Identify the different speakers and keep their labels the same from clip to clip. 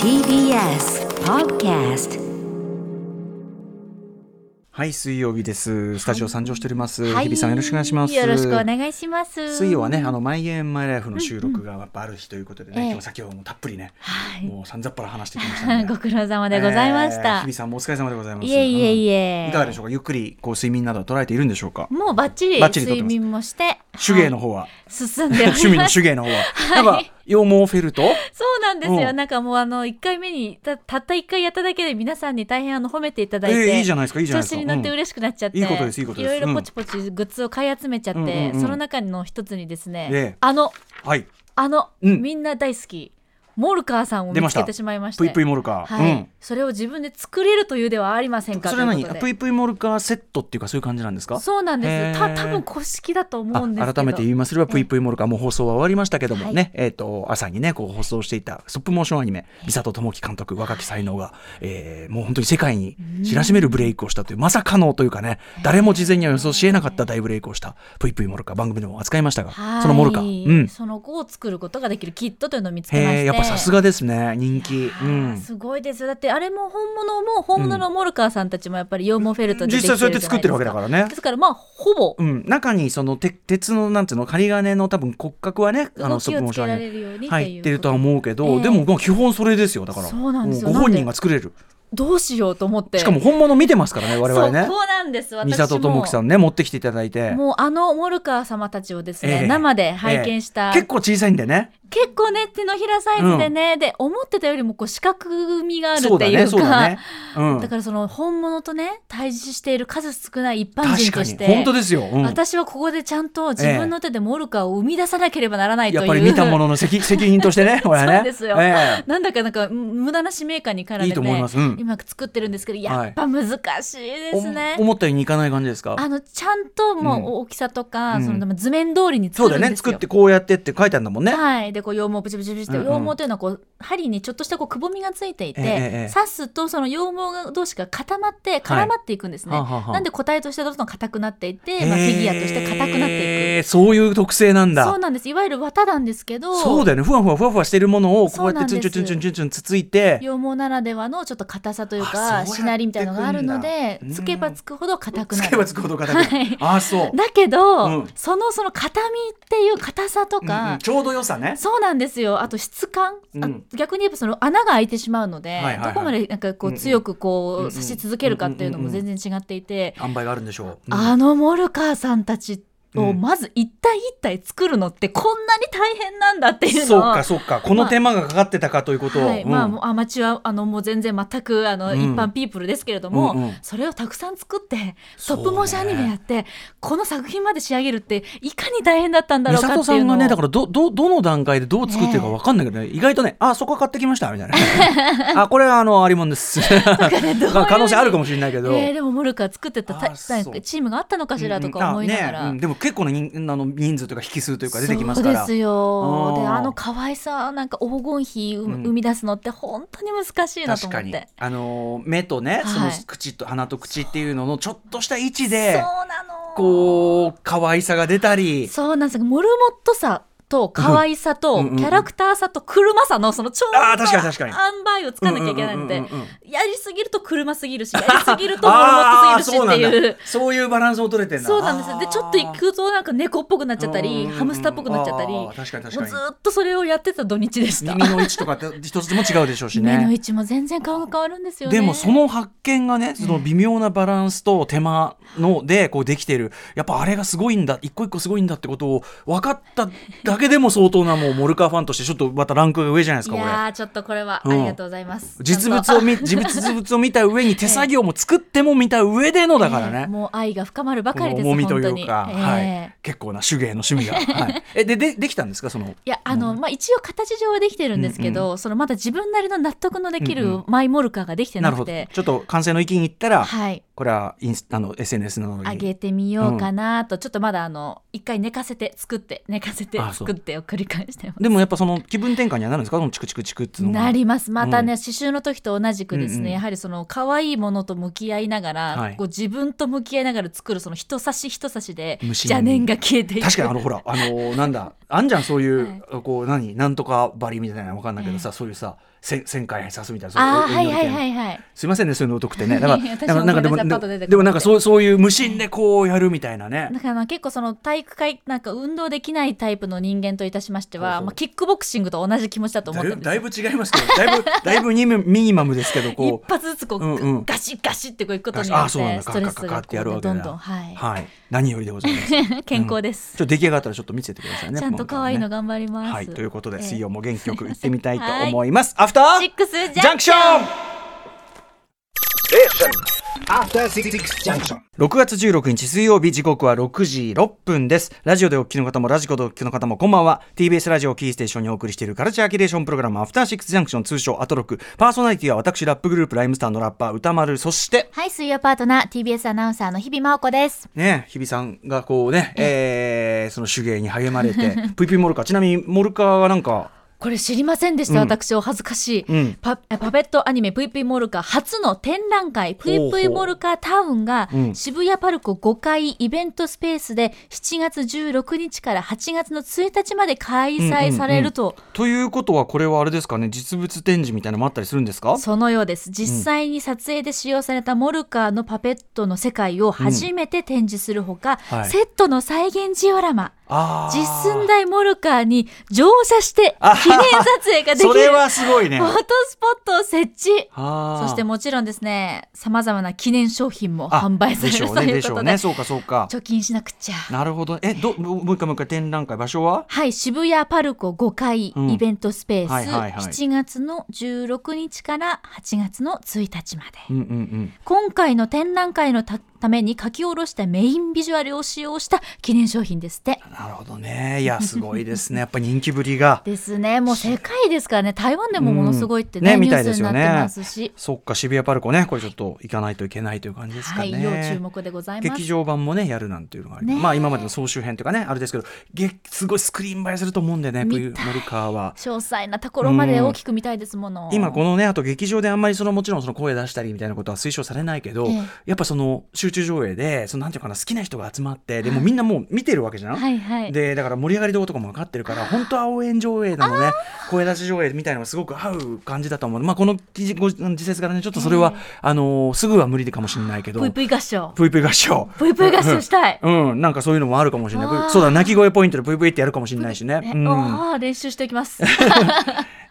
Speaker 1: TBS Podcast
Speaker 2: はい、水曜日です。スタジオ参上しております。
Speaker 1: はい
Speaker 2: 日比さん、よろしくお願いします。
Speaker 1: よろしくお願いします
Speaker 2: 水曜はね、あの、マイゲームマイライフの収録がやっぱある日ということでね、
Speaker 1: うんうんええ
Speaker 2: 今日先ほどもたっぷりね、
Speaker 1: はい
Speaker 2: もうさんざっぱら話してきましたんで。
Speaker 1: ご苦労様でございまし
Speaker 2: えー
Speaker 1: た
Speaker 2: 日比、さんもお疲れ様でございます。
Speaker 1: いえいえいえ
Speaker 2: うんいかがでしょうかゆっくり、こう、睡眠などは捉えているんでしょうか
Speaker 1: もうバッチリ
Speaker 2: バッチリ撮っ
Speaker 1: 睡
Speaker 2: てます
Speaker 1: 眠もして
Speaker 2: 手芸
Speaker 1: は
Speaker 2: の方は、
Speaker 1: い進んでおります
Speaker 2: 趣味の手芸の方は、なんか、羊毛フェルト
Speaker 1: そうなんですよ、
Speaker 2: うん
Speaker 1: なんかもうあの1回目にたたった1回やっただけで皆さんに大変あの褒めていただいて、
Speaker 2: ええいいじゃないですか、いいじゃな
Speaker 1: 調子
Speaker 2: いですか。
Speaker 1: に乗って
Speaker 2: うん
Speaker 1: 嬉しくなっちゃって、
Speaker 2: いいことですいいことです
Speaker 1: いろいろポチポチグッズを買い集めちゃって、
Speaker 2: うんうんうん
Speaker 1: その中の一つにですね、
Speaker 2: ええ
Speaker 1: あの
Speaker 2: はい。
Speaker 1: あの、
Speaker 2: うん
Speaker 1: みんな大好きモルカーさんを
Speaker 2: 出
Speaker 1: 見
Speaker 2: ま
Speaker 1: つ
Speaker 2: し
Speaker 1: け
Speaker 2: た
Speaker 1: てしまいまして
Speaker 2: ぷいぷいモルカー。
Speaker 1: はい
Speaker 2: うん。
Speaker 1: それを自分で作れるというではありませんか
Speaker 2: それは
Speaker 1: とい
Speaker 2: 何
Speaker 1: うことで
Speaker 2: ぷいぷいモルカーセットっていうか、そういう感じなんですか
Speaker 1: そうなんです
Speaker 2: へ
Speaker 1: た
Speaker 2: ー
Speaker 1: 多分古式だと思うんですけ
Speaker 2: あ
Speaker 1: ど
Speaker 2: 改めて言いますれば、ぷいぷいモルカー、もう放送は終わりましたけども
Speaker 1: はい
Speaker 2: ね、えっ、と、朝にね、こう放送していた、ストップモーションアニメ、美里智樹監督、若き才能が、えーもう本当に世界に知らしめるブレイクをしたという、まさかのというかね、誰も事前には予想しえなかった大ブレイクをした、ぷいぷいモルカー、番組でも扱いましたが、
Speaker 1: はい
Speaker 2: そのモルカー、うん。
Speaker 1: その後を作ることができるキットというのを見つけまし
Speaker 2: へ
Speaker 1: て
Speaker 2: え、やっぱさすがですね、人気。う
Speaker 1: あー
Speaker 2: ん。
Speaker 1: すごいですよだってあれも本物も本物のモルカーさんたちもやっぱり羊毛フェルトでで
Speaker 2: 実
Speaker 1: きてる
Speaker 2: 際
Speaker 1: じ
Speaker 2: そ
Speaker 1: ゃ
Speaker 2: う
Speaker 1: ないで
Speaker 2: やって
Speaker 1: す
Speaker 2: 作
Speaker 1: か
Speaker 2: ってるわけだからね
Speaker 1: で。すからまあほぼ
Speaker 2: うん、中にそのて鉄のなんていうの針金の多分骨格はねあ
Speaker 1: 動
Speaker 2: のス
Speaker 1: きを
Speaker 2: トップモ
Speaker 1: つ
Speaker 2: ーショ
Speaker 1: け
Speaker 2: ン
Speaker 1: ら
Speaker 2: アニメ
Speaker 1: れるように
Speaker 2: 入
Speaker 1: う
Speaker 2: っ
Speaker 1: こと
Speaker 2: てるとは思うけど、
Speaker 1: ええ
Speaker 2: でもまあ基本それですよだから
Speaker 1: そうなんですよ
Speaker 2: もうご
Speaker 1: なん
Speaker 2: 本
Speaker 1: で
Speaker 2: 人が作れる
Speaker 1: どうしようと思って
Speaker 2: しかも本物見てますからね我々ね
Speaker 1: そうなんです私
Speaker 2: 美
Speaker 1: も
Speaker 2: 里智樹さんね持ってきていただいて
Speaker 1: もうあのモルカー様たちをですね、
Speaker 2: ええ
Speaker 1: 生で拝見した、
Speaker 2: 結構小さいんでね
Speaker 1: 結構ね手のひらサイズでね、で思ってたよりもこう四角みがある
Speaker 2: そう
Speaker 1: って
Speaker 2: だ
Speaker 1: いうか
Speaker 2: ねそうだね、うん、
Speaker 1: だからその本物とね対峙している数少ない一般
Speaker 2: 確
Speaker 1: 人
Speaker 2: か
Speaker 1: とし
Speaker 2: に
Speaker 1: て
Speaker 2: 本当ですよ、うん
Speaker 1: 私はここでちゃんと自分の手でモルカーを生み出さなければならないという、
Speaker 2: やっぱり見たもの の責責任としてねこれはね
Speaker 1: そうですよ
Speaker 2: え
Speaker 1: なんだかなんか無駄な使命感に
Speaker 2: え
Speaker 1: からめ
Speaker 2: いい
Speaker 1: て
Speaker 2: と思います、うん
Speaker 1: 今作ってるんですけどやっぱ難しいですね。
Speaker 2: お思ったようにいかない感じですか
Speaker 1: あのちゃんともう
Speaker 2: うん
Speaker 1: 大きさとか、
Speaker 2: うん
Speaker 1: そのでも図面通りに
Speaker 2: そ
Speaker 1: 作
Speaker 2: うだ
Speaker 1: るん
Speaker 2: よ
Speaker 1: ですよ。
Speaker 2: ね作ってこうやってって書いてあるんだもんね、
Speaker 1: はい、でこう羊毛プチプチプチって
Speaker 2: うん
Speaker 1: 羊
Speaker 2: うん
Speaker 1: 毛というのはこう針にちょっとしたこうくぼみがついていて、
Speaker 2: ええええ
Speaker 1: 刺すとその羊毛同士が固まって絡まっていくんですね、
Speaker 2: はあはあはあ
Speaker 1: なんで個体としてどんどん硬くなっていって、まあ、フィギュアとして硬くなっていく
Speaker 2: いくそういう特性なんだ
Speaker 1: そうなんですいわゆる綿なんですけど
Speaker 2: そうだよねふわふわふわふわしてるものをこうやって
Speaker 1: そ
Speaker 2: チ
Speaker 1: うなん
Speaker 2: ュンチ
Speaker 1: です
Speaker 2: ュンチュンチュンチュンチュンつついて
Speaker 1: 羊毛ならではのちょっと硬さという
Speaker 2: あそうや
Speaker 1: か
Speaker 2: ってくんだ
Speaker 1: しなりみたいのがあるので
Speaker 2: うん
Speaker 1: つけばつくほど硬くな
Speaker 2: つけば
Speaker 1: る。
Speaker 2: つくほど硬くなる、
Speaker 1: はい
Speaker 2: ああそう
Speaker 1: だけど、
Speaker 2: うん
Speaker 1: そのその硬みっていう硬さとか、
Speaker 2: うんうんちょうど良さね
Speaker 1: そうなんですよ。あと質感、あ
Speaker 2: うん
Speaker 1: 逆に言えばその穴が開いてしまうので、
Speaker 2: はいはいはい
Speaker 1: どこまでなんかこ
Speaker 2: う
Speaker 1: うん
Speaker 2: うん
Speaker 1: 強くこう、
Speaker 2: うんうん
Speaker 1: 刺し続けるかっていうのも
Speaker 2: うんうん
Speaker 1: 全然違っていて、
Speaker 2: 塩梅があるんでしょう、うん
Speaker 1: あのモルカーさんたちを
Speaker 2: うん
Speaker 1: まず一体一体作るのってこんなに大変なんだっていうの
Speaker 2: そう
Speaker 1: を。
Speaker 2: かそうかこの手間がかかってたかということを、
Speaker 1: はい、
Speaker 2: うん
Speaker 1: まあもうアマチュアあのもう全然全くあの、
Speaker 2: うん
Speaker 1: 一般ピープルですけれども、
Speaker 2: うんうん
Speaker 1: それをたくさん作って
Speaker 2: そ
Speaker 1: トッ
Speaker 2: うね
Speaker 1: プモーションアニメやって、この作品まで仕上げるっていかに大変だったんだ
Speaker 2: 美
Speaker 1: ろうかっていうの
Speaker 2: 里
Speaker 1: を
Speaker 2: さんがねだからどどどの段階でどう作ってるか分かんないけどね意外とねあそこ買ってきましたみたいなあこれはあのありもんです
Speaker 1: どういう
Speaker 2: まあ可能性あるかもしれないけど、
Speaker 1: えー、でもモルカー作ってたた
Speaker 2: あそう
Speaker 1: なんかチームがあったのかしらとか思いながら、
Speaker 2: うんあねうんでも結構な人あの人数というか引数というか出てきます
Speaker 1: そ
Speaker 2: か
Speaker 1: う
Speaker 2: ら
Speaker 1: ですよ
Speaker 2: うん
Speaker 1: であの可愛さなんか黄金比う
Speaker 2: うん
Speaker 1: 生み出すのって本当に難しいなと
Speaker 2: 確
Speaker 1: 思
Speaker 2: か
Speaker 1: っ
Speaker 2: に
Speaker 1: て。
Speaker 2: あのー目とね、
Speaker 1: い
Speaker 2: その口と鼻と口っていうののちょっとした位置
Speaker 1: そう
Speaker 2: で
Speaker 1: なの
Speaker 2: こう可愛さが出たり
Speaker 1: そうなんですよモルモットさと可愛さと
Speaker 2: うん
Speaker 1: キャラクターさと車さのそのちょうど
Speaker 2: あー確かに確かに
Speaker 1: 塩梅をつかなきゃいけないので
Speaker 2: うんうんうんうん
Speaker 1: やりすぎると車すぎ るしやりすぎるとモルモットすぎるしって
Speaker 2: あーそう
Speaker 1: い
Speaker 2: なん
Speaker 1: う
Speaker 2: だ。そういうバランスを取れてんだ
Speaker 1: そうなんですよでちょっと行
Speaker 2: あー
Speaker 1: くとなんか猫っぽくなっちゃった
Speaker 2: うんうん
Speaker 1: り
Speaker 2: うんうん
Speaker 1: ハムスターっぽくなっちゃったり
Speaker 2: あー確かに確
Speaker 1: もう
Speaker 2: かに
Speaker 1: ずーっとそれをやってた土日でした。
Speaker 2: 耳の位置とかって一つでも違うでしょうし
Speaker 1: 目の位
Speaker 2: ね
Speaker 1: 置も全然顔が変わるんですよね。
Speaker 2: でもその発見がねその微妙なバランスと手間のでこうできてるやっぱあれがすごいんだ一個一個すごいんだってことを分かっただけでも相当なもうモルカーファンとしてちょっとまたランクが上じゃないです
Speaker 1: い
Speaker 2: かこれ。
Speaker 1: やーちょっとこれはあ
Speaker 2: うん
Speaker 1: りがとうございます。
Speaker 2: 実
Speaker 1: ちゃ
Speaker 2: 物
Speaker 1: ん
Speaker 2: を見実物を見た 上に手作業も作っても見た上でのだから
Speaker 1: えー
Speaker 2: ね、
Speaker 1: もう愛が深まるば
Speaker 2: こ
Speaker 1: か
Speaker 2: の
Speaker 1: りです
Speaker 2: 重みとい
Speaker 1: 本当に
Speaker 2: うか、
Speaker 1: え
Speaker 2: は
Speaker 1: ー
Speaker 2: い、結構な手芸の趣味 が、はい、えででできたんですかその
Speaker 1: いやあの、まあ、一応形上はできてるんですけど、そのまだ自分なりの納得のでき
Speaker 2: うんう
Speaker 1: るマイモルカーができて
Speaker 2: な
Speaker 1: な
Speaker 2: るほ
Speaker 1: く
Speaker 2: ど
Speaker 1: て、
Speaker 2: ちょっと完成の域に行ったら、
Speaker 1: はい
Speaker 2: これはインスあの SNS などに
Speaker 1: あげてみようかなと、ちょっとまだあの一回寝かせて作って寝かせて
Speaker 2: あ
Speaker 1: 作作ってを繰り返してます。
Speaker 2: でもやっぱその気分転換にはなるんですかそのチクチクチクっていうのが
Speaker 1: なりますまたね、刺繍の時と同じくですね、
Speaker 2: うんうん
Speaker 1: やはりその可愛いものと向き合いながら、
Speaker 2: はい
Speaker 1: こう自分と向き合いながら作るその人差し人差しで
Speaker 2: 虫
Speaker 1: 邪念が消え ていく
Speaker 2: 確かにあのほら あのーなんだあんじゃんそういう、こう何なんとかバリみたいなのわかんないけどさ、そういうさせ1000回刺すみたいな
Speaker 1: ああー
Speaker 2: そう
Speaker 1: は
Speaker 2: う
Speaker 1: い
Speaker 2: の
Speaker 1: はいはいはい
Speaker 2: すいませんねそういうの疎くてねだか
Speaker 1: いや
Speaker 2: ら
Speaker 1: 私も
Speaker 2: だからなんかで
Speaker 1: ご
Speaker 2: も
Speaker 1: めんなさいパッと出てこなく
Speaker 2: で
Speaker 1: て
Speaker 2: もなんかそうそういう無心でこうやるみたいなね
Speaker 1: だからまあ結構その体育会なんか運動できないタイプの人間といたしまして
Speaker 2: ほう
Speaker 1: は、
Speaker 2: ほう
Speaker 1: まあ、キックボクシングと同じ気持ちだと思
Speaker 2: だ
Speaker 1: ってるん
Speaker 2: い
Speaker 1: です
Speaker 2: だい
Speaker 1: よ
Speaker 2: ぶ違いますけどだいぶだいぶニムミニマムですけど
Speaker 1: 一
Speaker 2: こう
Speaker 1: 発ずつこう、
Speaker 2: うんうん
Speaker 1: ガシッガシッってこういくことによ
Speaker 2: あ
Speaker 1: っ
Speaker 2: そうな
Speaker 1: て
Speaker 2: んだ
Speaker 1: ス
Speaker 2: カ
Speaker 1: ト
Speaker 2: ッ
Speaker 1: レ
Speaker 2: カッ
Speaker 1: ス
Speaker 2: カッカ
Speaker 1: が
Speaker 2: ッ
Speaker 1: こ
Speaker 2: てや
Speaker 1: う
Speaker 2: るわ
Speaker 1: ね
Speaker 2: け
Speaker 1: ど
Speaker 2: だ
Speaker 1: んどん、は
Speaker 2: はい何よりでございますちょっ
Speaker 1: い、 健康です、
Speaker 2: と出来上がったらちょっと見せてくださいね
Speaker 1: ちゃんと可愛いの
Speaker 2: が
Speaker 1: 頑張ります、
Speaker 2: はいということ
Speaker 1: え
Speaker 2: で
Speaker 1: え
Speaker 2: 水曜も元気よく行ってみたいと
Speaker 1: はい
Speaker 2: 思いますアフター
Speaker 1: シックスジ
Speaker 2: ジャ
Speaker 1: ャ
Speaker 2: ン
Speaker 1: ン
Speaker 2: ク
Speaker 1: ク
Speaker 2: シ
Speaker 1: シ
Speaker 2: ョ
Speaker 1: ョ
Speaker 2: ン
Speaker 1: ン
Speaker 3: After Six Junction.
Speaker 2: 6月16日水曜日時刻は6時6分ですラジオでお聞きの方もラジコでお聞きの方もこんばんは TBS ラジオキーステーションにお送りしているカルチャーキュレーションプログラムアフターシックスジャンクション通称アトロクパーソナリティは私ラップグループライムスターのラッパー歌丸そして
Speaker 1: はい、水曜パートナー TBS アナウンサーの日々真央子です。
Speaker 2: ね日比さんがこうね、えーその手芸に励ま れてプイプイモルカちなみにモルカはなんか
Speaker 1: これ知りませんでした、
Speaker 2: うん
Speaker 1: 私お恥ずかしい、
Speaker 2: うん
Speaker 1: パえパペットアニメ「ぷいぷいモルカ」初の展覧会「ぷいぷいモルカタウン」が
Speaker 2: うん
Speaker 1: 渋谷パルコ5階イベントスペースで7月16日から8月の1日まで開催されると、
Speaker 2: ということはこれはあれですかね実物展示みたいなのもあったりするんですか
Speaker 1: そのようです実際に撮影で使用されたモルカーのパペットの世界を初めて展示するほか、
Speaker 2: うんはい
Speaker 1: セットの再現ジオラマ
Speaker 2: あー
Speaker 1: 実寸大モルカーに乗車して
Speaker 2: あはは
Speaker 1: 記念撮影ができる
Speaker 2: それはすごいね
Speaker 1: フォトスポットを設置そ
Speaker 2: そ
Speaker 1: してもちろんですねさまざまな記念商品も販売されると
Speaker 2: でしょうね
Speaker 1: い
Speaker 2: で
Speaker 1: う
Speaker 2: し
Speaker 1: こ
Speaker 2: ょ
Speaker 1: と
Speaker 2: う
Speaker 1: で
Speaker 2: ねそうかそうか
Speaker 1: 貯金しなくちゃ
Speaker 2: なるほど。え、ど、もうもう一回もう一回展覧会場所は
Speaker 1: はい渋谷パルコ5階
Speaker 2: うん
Speaker 1: イベントスペース、
Speaker 2: はいはいはい
Speaker 1: 7月の16日から8月の1日まで
Speaker 2: うんうんうん。
Speaker 1: 今回の展覧会のたために書き下ろしたメインビジュアルを使用した記念商品ですって
Speaker 2: なるほどね。いや、すごい ですね。やっぱ人気ぶりが。
Speaker 1: ですねもう世界ですからね台湾でもものすごいってね,、
Speaker 2: うんね
Speaker 1: ニュースにな
Speaker 2: みた
Speaker 1: って
Speaker 2: いですよね
Speaker 1: ますし
Speaker 2: そっか、渋谷パルコね。これちょっと行かないといけないという感じですか
Speaker 1: は
Speaker 2: ね。
Speaker 1: い要注目でございます
Speaker 2: 劇場版もねやるなんていうのがあり、
Speaker 1: ねえ
Speaker 2: まあ今までの総集編というかねあれですけどげすごいスクリーン映えすると思うんでね
Speaker 1: 見
Speaker 2: プ
Speaker 1: たい
Speaker 2: リモルカーは
Speaker 1: 詳細なところまで大きく見たいですもの、
Speaker 2: 今このねあと劇場であんまりそのもちろんその声出したりみたいなことは推奨されないけど、
Speaker 1: ええ
Speaker 2: やっぱその集中上映でそのなんていうかな好きな人が集まってでもみんなもう見てるわけじゃん、
Speaker 1: はいはい
Speaker 2: でだから盛り上がり動画とかも分かってるから本当は応援上映なのね声出し上映みたいなのがすごく合う感じだと思う、まあ、この記事ご時節からねちょっとそれは、あのーすぐは無理かもしれないけど
Speaker 1: ぷいぷい合唱
Speaker 2: ぷいぷい合唱
Speaker 1: ぷいぷい合唱したい、
Speaker 2: うんなんかそういうのもあるかもしれない
Speaker 1: あー
Speaker 2: そうだ泣き声ポイントでぷいぷいってやるかもしれないしね
Speaker 1: ね
Speaker 2: うん、
Speaker 1: ああ練習しておきます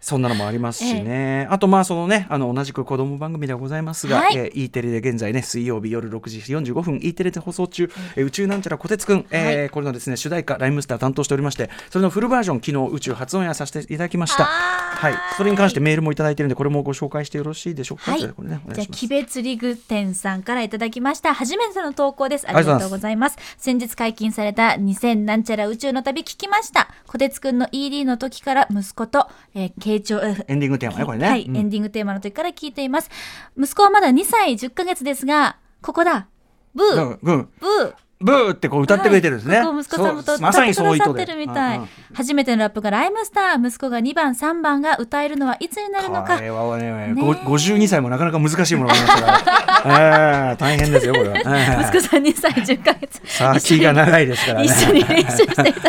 Speaker 2: そんなのもありますしね、あとまあそのねあの同じく子供番組ではございますが、
Speaker 1: はい
Speaker 2: えー E テレで現在ね水曜日夜6時45分 E テレで放送中「えー宇宙なんちゃらこてつくん」えー
Speaker 1: は
Speaker 2: これのですね主題歌「ライムスター」担当しておりましてそれのフルバージョン昨日宇宙初オンエアさせていただきました。はい、それに関してメールもいただいてるんでこれもご紹介してよろしいでしょうか。
Speaker 1: はい
Speaker 2: じゃあこれねお
Speaker 1: じ
Speaker 2: 願
Speaker 1: ゃ
Speaker 2: い
Speaker 1: あ
Speaker 2: します
Speaker 1: 木別リグ店さんからいただきました初めての投稿ですありがとうございます先日解禁された2000なんちゃら宇宙の旅聞きましたこてつくんの ED の時から息子と、えー、慶長えー
Speaker 2: エンディングテーマねこれね。
Speaker 1: はい、
Speaker 2: うん
Speaker 1: エンディングテーマの時から聞いています息子はまだ2歳10ヶ月ですがここだブ
Speaker 2: う
Speaker 1: ー、
Speaker 2: んうん
Speaker 1: ブー
Speaker 2: ブーってこう歌ってくれてるんですね。
Speaker 1: はいここ息子さんも
Speaker 2: そ
Speaker 1: と
Speaker 2: う
Speaker 1: 歌
Speaker 2: ま
Speaker 1: っ
Speaker 2: さ
Speaker 1: て
Speaker 2: に
Speaker 1: く
Speaker 2: その
Speaker 1: だ
Speaker 2: 意
Speaker 1: さ
Speaker 2: 図
Speaker 1: っ
Speaker 2: で
Speaker 1: てるみたい、
Speaker 2: うんうん
Speaker 1: 初めてのラップがライムスター息子が2番3番が歌えるのはいつになるのか
Speaker 2: これはね、
Speaker 1: ね
Speaker 2: ご52歳もなかなか難しいものがありますから、えー大変ですよ、これ は。え
Speaker 1: 息子さん2歳10ヶ 月
Speaker 2: ー先が長いですからね。
Speaker 1: 一緒に練習して いただいてち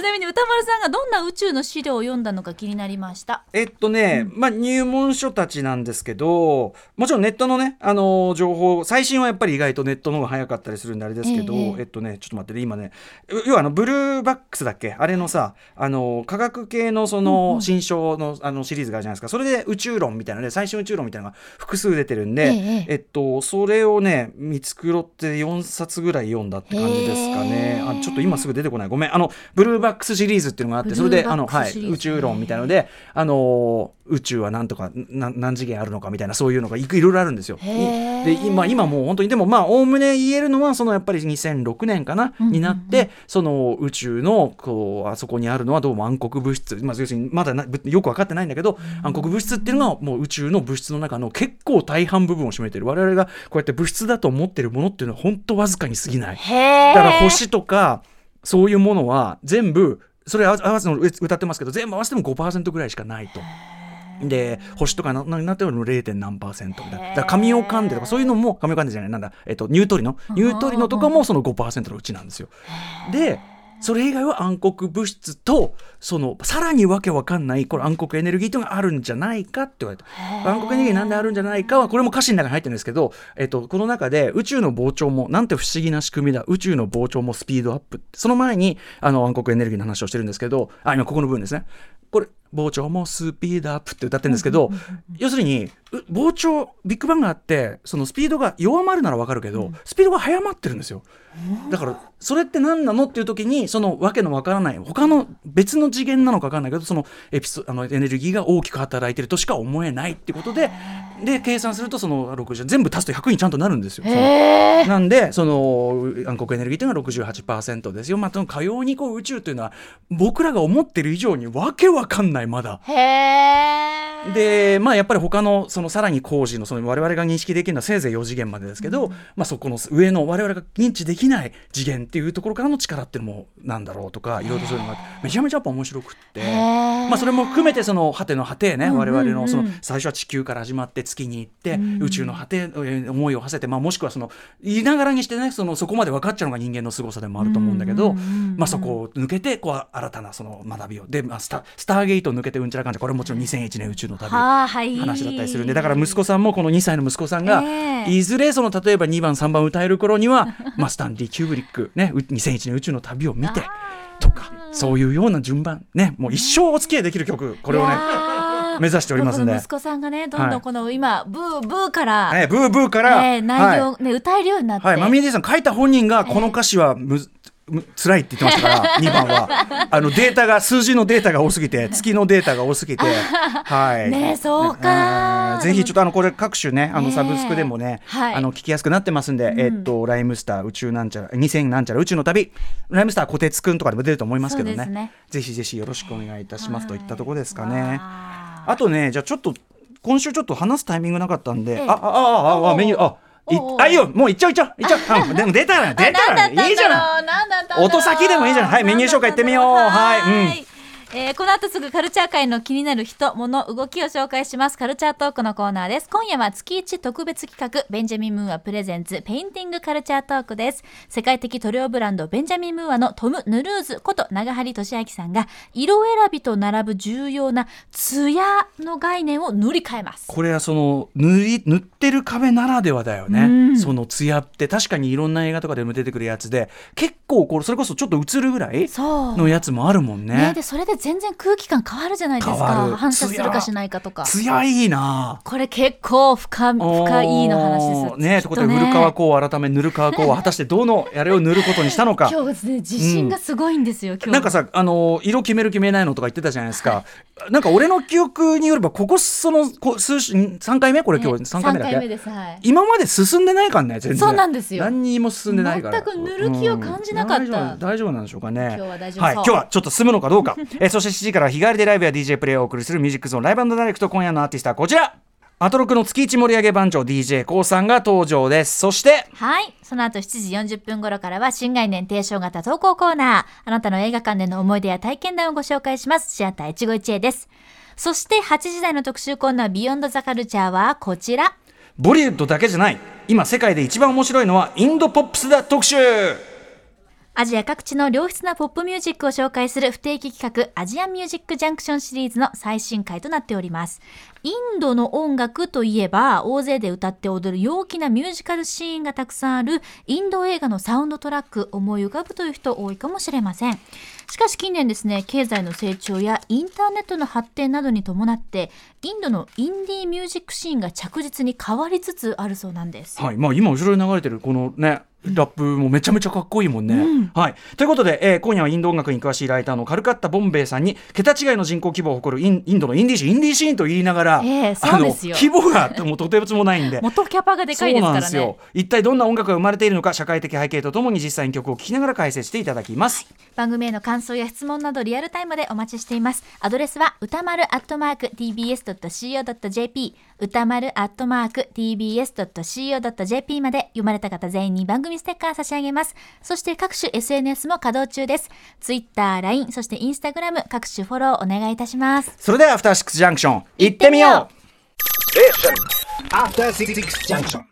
Speaker 1: なみに歌丸さんがどんな宇宙の資料を読んだのか気になりました
Speaker 2: えっとね、まあ、入門書たちなんですけどもちろんネットのね、あのー情報最新はやっぱり意外とネットの方が早かったりするんであれですけど、
Speaker 1: え
Speaker 2: え
Speaker 1: え
Speaker 2: っとねちょっと待ってね今ねう要はあのブルーバックスだっけあれのさ、あのー科学系のその新書の,、あのシリーズがあるじゃないですかそれで宇宙論みたいなね最新宇宙論みたいなのが複数出てるんで、
Speaker 1: ええ
Speaker 2: えっと、それをね見繕って4冊ぐらい読んだって感じですか
Speaker 1: へ
Speaker 2: ね
Speaker 1: ー
Speaker 2: あちょっと今すぐ出てこないごめんあのブルーバックスシリーズっていうのがあってそれで
Speaker 1: ブル
Speaker 2: あ
Speaker 1: ーバッ
Speaker 2: の、
Speaker 1: クス
Speaker 2: はい、
Speaker 1: シリーズね
Speaker 2: 宇宙論みたいなので、あのー宇宙はなんとかな何次元あるのかみたいなそういうのがいくいろいろあるんですよ。い
Speaker 1: へー
Speaker 2: で今今もう本当にでもまあおおむね言えるのはそのやっぱり2006年かな、
Speaker 1: うんうんうん
Speaker 2: になってその宇宙のこうあそこにあるのはどうも暗黒物質、まあ、要するにまだなぶよく分かってないんだけど、暗黒物質っていうのはもう宇宙の物質の中の結構大半部分を占めてる我々がこうやって物質だと思ってるものっていうのは本当わずかに過ぎない。
Speaker 1: へえ
Speaker 2: だから星とかそういうものは全部それ合わせの歌ってますけど全部合わせても5%ぐらいしかないと。で星とかなななってるのも 0. 何パーセントみたいなだから神を噛んでとかそういうのも神を噛んでじゃないなんだ、えっと、ニュートリノニュートリノとかもその5%のうちなんですよ。でそれ以外は暗黒物質とそのさらにわけわかんないこれ暗黒エネルギーというのがあるんじゃないかって言われた暗黒エネルギーなんであるんじゃないかはこれも歌詞の中に入ってるんですけど、えっと、この中で宇宙の膨張もなんて不思議な仕組みだ宇宙の膨張もスピードアップその前にあの暗黒エネルギーの話をしてるんですけどあ今ここの部分ですねこれ膨張もスピードアップって歌ってるんですけど、要するにう膨張ビッグバンがあってそのスピードが弱まるならわかるけど、スピードが速まってるんですよだからそれって何なのっていう時にそのわけのわからない他の別の次元なのかわかんないけどそのエピソあのエネルギーが大きく働いてるとしか思えないってことでで計算するとその60全部足すと100にちゃんとなるんですよ。そのなんでその暗黒エネルギーというのが68%ですよ。まあ、そのかようにこう宇宙というのは僕らが思ってる以上にわけわかんないまだ。
Speaker 1: へえ。
Speaker 2: で、まあ、やっぱり他のそのさらに工事のその我々が認識できるのはせいぜい4次元までですけど、まあ、そこの上の我々が認知できない次元っていうところからの力っていうのもなんだろうとかいろいろそういうのがめちゃめちゃやっぱ面白くって、
Speaker 1: ー
Speaker 2: まあ、それも含めてその果ての果てね、我々のその最初は地球から始まって月に行って、宇宙の果てえー思いを馳せて、まあ、もしくはその言いながらにしてねそのそこまで分かっちゃうのが人間の凄さでもあると思うんだけど、
Speaker 1: うんうんうんうん
Speaker 2: まあ、そこを抜けてこう新たなその学びをで、まあ、スタスターゲートを抜けてうんちゃらかんちゃらこれもちろん2001年宇宙の旅。
Speaker 1: はあ、はい。
Speaker 2: 話だったりするんでだから息子さんもこの2歳の息子さんが、
Speaker 1: ええ
Speaker 2: いずれその例えば2番3番歌える頃 には、まあ、スタンリー・キューブリック、ね、う2001年宇宙の旅を見てとかそういうような順番ねもう一生お付き合いできる曲これをね
Speaker 1: いやー
Speaker 2: 目指しておりますんで
Speaker 1: この息子さんがね、どんどんこの今、ブーブーから、
Speaker 2: えーブーブーから、
Speaker 1: えー内容
Speaker 2: は
Speaker 1: をね、歌えるようになっ
Speaker 2: い、
Speaker 1: て。
Speaker 2: はい、マミーディさん書いた本人がこの歌詞はむ、む辛いって言ってました から2番はあのデータが数字のデータが多すぎて月のデータが多すぎてはい
Speaker 1: ねえそうか
Speaker 2: うんぜひちょっとあのこれ各種ねあ
Speaker 1: ね
Speaker 2: の
Speaker 1: え
Speaker 2: サブスクでもね、
Speaker 1: はい
Speaker 2: あの聞きやすくなってますんで、えっとライムスター宇宙なんちゃら2000なんちゃら宇宙の旅ライムスター小鉄くんとかでも出ると思いますけど
Speaker 1: そうで
Speaker 2: ね
Speaker 1: すね
Speaker 2: ぜひぜひよろしくお願いいたしますといったところですかね。
Speaker 1: わあ
Speaker 2: あとね、じゃあちょっと、今週ちょっと話すタイミングなかったんで、
Speaker 1: ええ
Speaker 2: あ、あ、あ、あ、あ、あメニュー、あ、い
Speaker 1: おうおう
Speaker 2: あ、いいよ、もういっちゃういっちゃう、いっちゃう。うんでも出たら、出たら、
Speaker 1: 何だったんだろう
Speaker 2: いいじゃない。
Speaker 1: 何だったんだろう
Speaker 2: 音先でもいいじゃないはいメニュー紹介行ってみよう
Speaker 1: 何だったんだろ
Speaker 2: はいうん
Speaker 1: はえーこの後すぐカルチャー界の気になる人、物、動きを紹介しますカルチャートークのコーナーです。今夜は月1特別企画、ベンジャミン・ムーアプレゼンツ、ペインティングカルチャートークです。世界的塗料ブランド、ベンジャミン・ムーアのトム・ヌルーズこと長張俊明さんが、色選びと並ぶ重要な艶の概念を塗り替えます。
Speaker 2: これはその塗り塗ってる壁ならではだよね、
Speaker 1: うん
Speaker 2: その艶って確かにいろんな映画とかでも出てくるやつで結構これそれこそちょっと映るぐらい
Speaker 1: そう。
Speaker 2: のやつもあるもん
Speaker 1: ね、
Speaker 2: ね
Speaker 1: でそれで全然空気感変わるじゃないです
Speaker 2: 変わ
Speaker 1: か
Speaker 2: る
Speaker 1: 反射するかしないかとか
Speaker 2: 艶いいな
Speaker 1: これ結構深み深いの話ですよ
Speaker 2: おーね
Speaker 1: き
Speaker 2: え
Speaker 1: っ
Speaker 2: ということでぬるかわこう改めぬるかわこうは果たしてどのあれを塗ることにしたのか
Speaker 1: 今日ですね自信がすごいんですよ、今日
Speaker 2: なんかさ、あの色決める決めないのとか言ってたじゃないですか。なんか俺の記憶によれば、ここその、こ数週、ん三回目これ今日三回目だ
Speaker 1: 三
Speaker 2: っけ。
Speaker 1: ですはい
Speaker 2: 今まで進んでないからね、全然。
Speaker 1: そうなんですよ
Speaker 2: 何にも進んでないから。
Speaker 1: 全くぬる気を感じなかった
Speaker 2: うん大丈夫大丈夫なんでしょうかね。
Speaker 1: 今日は大丈夫そう
Speaker 2: はい、今日はちょっと進むのかどうか。 えーそして7時から日帰りでライブや DJ プレイをお送りするミュージックゾーンライブダイレクト今夜のアーティストはこちら。アトロクの月一盛り上げ番長 d j k o さんが登場です。そして、
Speaker 1: はい。その後7時40分頃からは新概念提唱型投稿コーナー。あなたの映画館での思い出や体験談をご紹介します。シアター一期一会です。そして8時台の特集コーナービヨンドザカルチャーはこちら。
Speaker 2: ボリュードだけじゃない。今世界で一番面白いのはインドポップスだ特集
Speaker 1: アジア各地の良質なポップミュージックを紹介する不定期企画アジアミュージックジャンクションシリーズの最新回となっております。インドの音楽といえば大勢で歌って踊る陽気なミュージカルシーンがたくさんあるインド映画のサウンドトラック思い浮かぶという人多いかもしれません。しかし近年ですね、経済の成長やインターネットの発展などに伴ってインドのインディーミュージックシーンが着実に変わりつつあるそうなんです。
Speaker 2: はい、まあ今後ろに流れてるこのね、ラップもめちゃめちゃかっこいいもんね。はい。ということで、えー今夜はインド音楽に詳しいライターのカルカッタ・ボンベイさんに、桁違いの人口規模を誇るインインドのインディーシーン、インディーシーンと言いながら、
Speaker 1: え えそ
Speaker 2: あ
Speaker 1: う
Speaker 2: の、
Speaker 1: ですよ
Speaker 2: 規模がもうとてつもないんで。
Speaker 1: 元キャパがでかいですからね。
Speaker 2: そうなんですよ一体どんな音楽が生まれているのか社会的背景とともに実際に曲を聴きながら解説していただきます、
Speaker 1: 番組への感想や質問などリアルタイムでお待ちしていますアドレスは歌丸アットマーク tbs.co.jp 歌丸アットマーク tbs.co.jp まで読まれた方全員に番組組ステッカー差し上げます。そして各種 SNS も稼働中です。Twitter、LINE、そして Instagram 各種フォローお願いいたします。
Speaker 2: それではアフターシックスジャンクション行ってみよう
Speaker 3: After Six Junction.